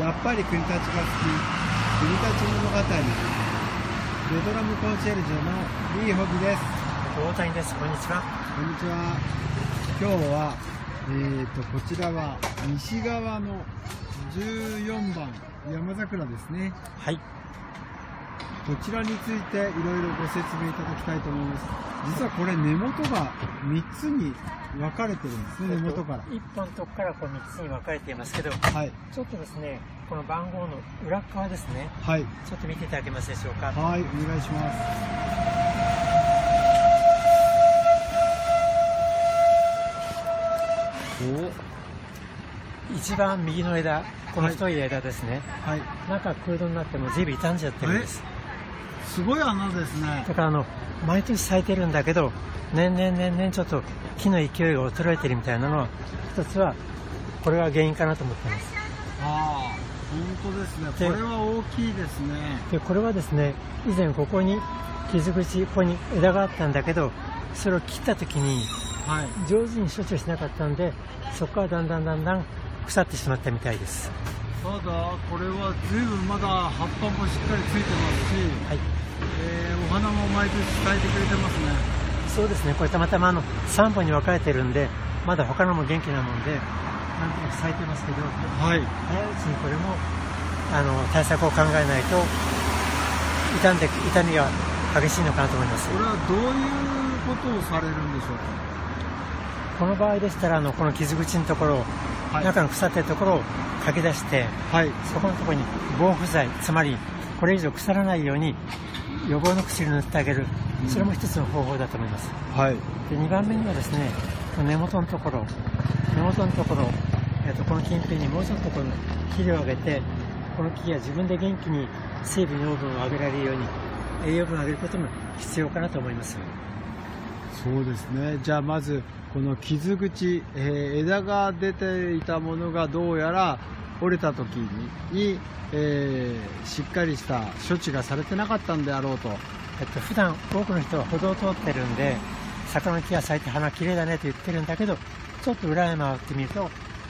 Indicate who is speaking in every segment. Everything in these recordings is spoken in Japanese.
Speaker 1: やっぱり国立が好き国立物語ベトナムコンシェルジュのリーホビです
Speaker 2: 大谷です。こんにちは。
Speaker 1: こんにちは今日はえー、とこちらは西側の14番山桜ですね
Speaker 2: はい。
Speaker 1: こちらについていろいろご説明いただきたいと思います実はこれ根元が3つに分かれてるんですね根元から
Speaker 2: えっと一本のとこからこう三つに分かれていますけど、
Speaker 1: はい
Speaker 2: ちょっとですね、この番号の裏側ですね。
Speaker 1: はい
Speaker 2: ちょっと見ていただけますでしょうか。
Speaker 1: はい、お願いします。
Speaker 2: 一番右の枝、この太い枝ですね。
Speaker 1: はい、
Speaker 2: 中空洞になっても随分傷んじゃってるんです。
Speaker 1: すごい穴ですね。
Speaker 2: だからあの毎年咲いてるんだけど、年々年々ちょっと木の勢いが衰えてるみたいなのは、一つはこれが原因かなと思ってます。
Speaker 1: ああ、本当ですね。こ
Speaker 2: で
Speaker 1: れは大きいですね。
Speaker 2: でこれはですね以前ここに傷口ここに枝があったんだけどそれを切った時に
Speaker 1: はい。
Speaker 2: 上手に処置しなかったんでそこからだんだんだんだん腐ってしまったみたいです
Speaker 1: ただ、これは随分まだ葉っぱもしっかりついてますし、
Speaker 2: はい
Speaker 1: えーお花も毎年咲いてくれてますね。
Speaker 2: そうですねこれたまたまあの3本に分かれてるんでまだ他のも元気なもんでなんとなく咲いてますけど
Speaker 1: はい。
Speaker 2: 早いうちにこれもあの対策を考えないと傷んで痛みが激しいのかなと思います
Speaker 1: これはどういうことをされるんでしょう
Speaker 2: この場合でしたらあのこの傷口のところを
Speaker 1: か。はい。
Speaker 2: 中の腐ってるところをかき出して、
Speaker 1: はい。
Speaker 2: そこのところに防腐剤、つまりこれ以上腐らないように予防の薬を塗ってあげる
Speaker 1: うん、
Speaker 2: それも一つの方法だと思います。
Speaker 1: はい。
Speaker 2: で2番目にはですね、この根元のところ、根元のところ、えっとこの近辺にもうちょっとこの肥料をあげて、この木が自分で元気に水分、養分を上げられるように、栄養分を上げることも必要かなと思います。
Speaker 1: そうですねじゃあまずこの傷口、えー枝が出ていたものがどうやら折れた時ににえーしっかりした処置がされてなかったんであろうと
Speaker 2: えっと普段多くの人は歩道を通ってるんで桜の木が咲いて花綺麗だねと言ってるんだけどちょっと裏へ回ってみると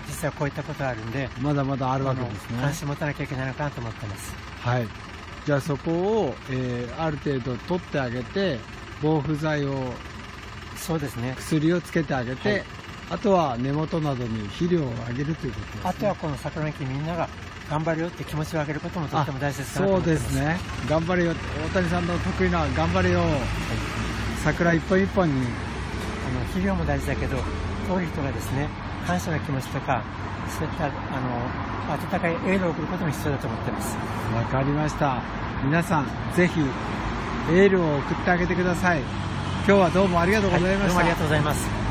Speaker 2: 実はこういったことがあるんで
Speaker 1: まだまだあるわけで
Speaker 2: あの関
Speaker 1: すね
Speaker 2: 心持たなきゃいけないのかなと思ってます
Speaker 1: はいじゃあそこを、えーある程度取ってあげて防腐剤を
Speaker 2: そうですね
Speaker 1: 薬をつけてあげて、
Speaker 2: はい
Speaker 1: あとは根元などに肥料をあげるということです、ね、
Speaker 2: あとはこの桜の木みんなが頑張るよって気持ちを上げることもとっても大切かなと
Speaker 1: そう
Speaker 2: 思って
Speaker 1: で
Speaker 2: ます
Speaker 1: すね頑張れよ大谷さんの得意な頑張れよ、桜一本一本に
Speaker 2: あの肥料も大事だけど通る人がですね感謝の気持ちとかそういったあの温かいエールを送ることも必要だと思ってます
Speaker 1: わかりました皆さんぜひエールを送ってあげてください今日はどうもありがとうございました、
Speaker 2: はいどうもありがとうございます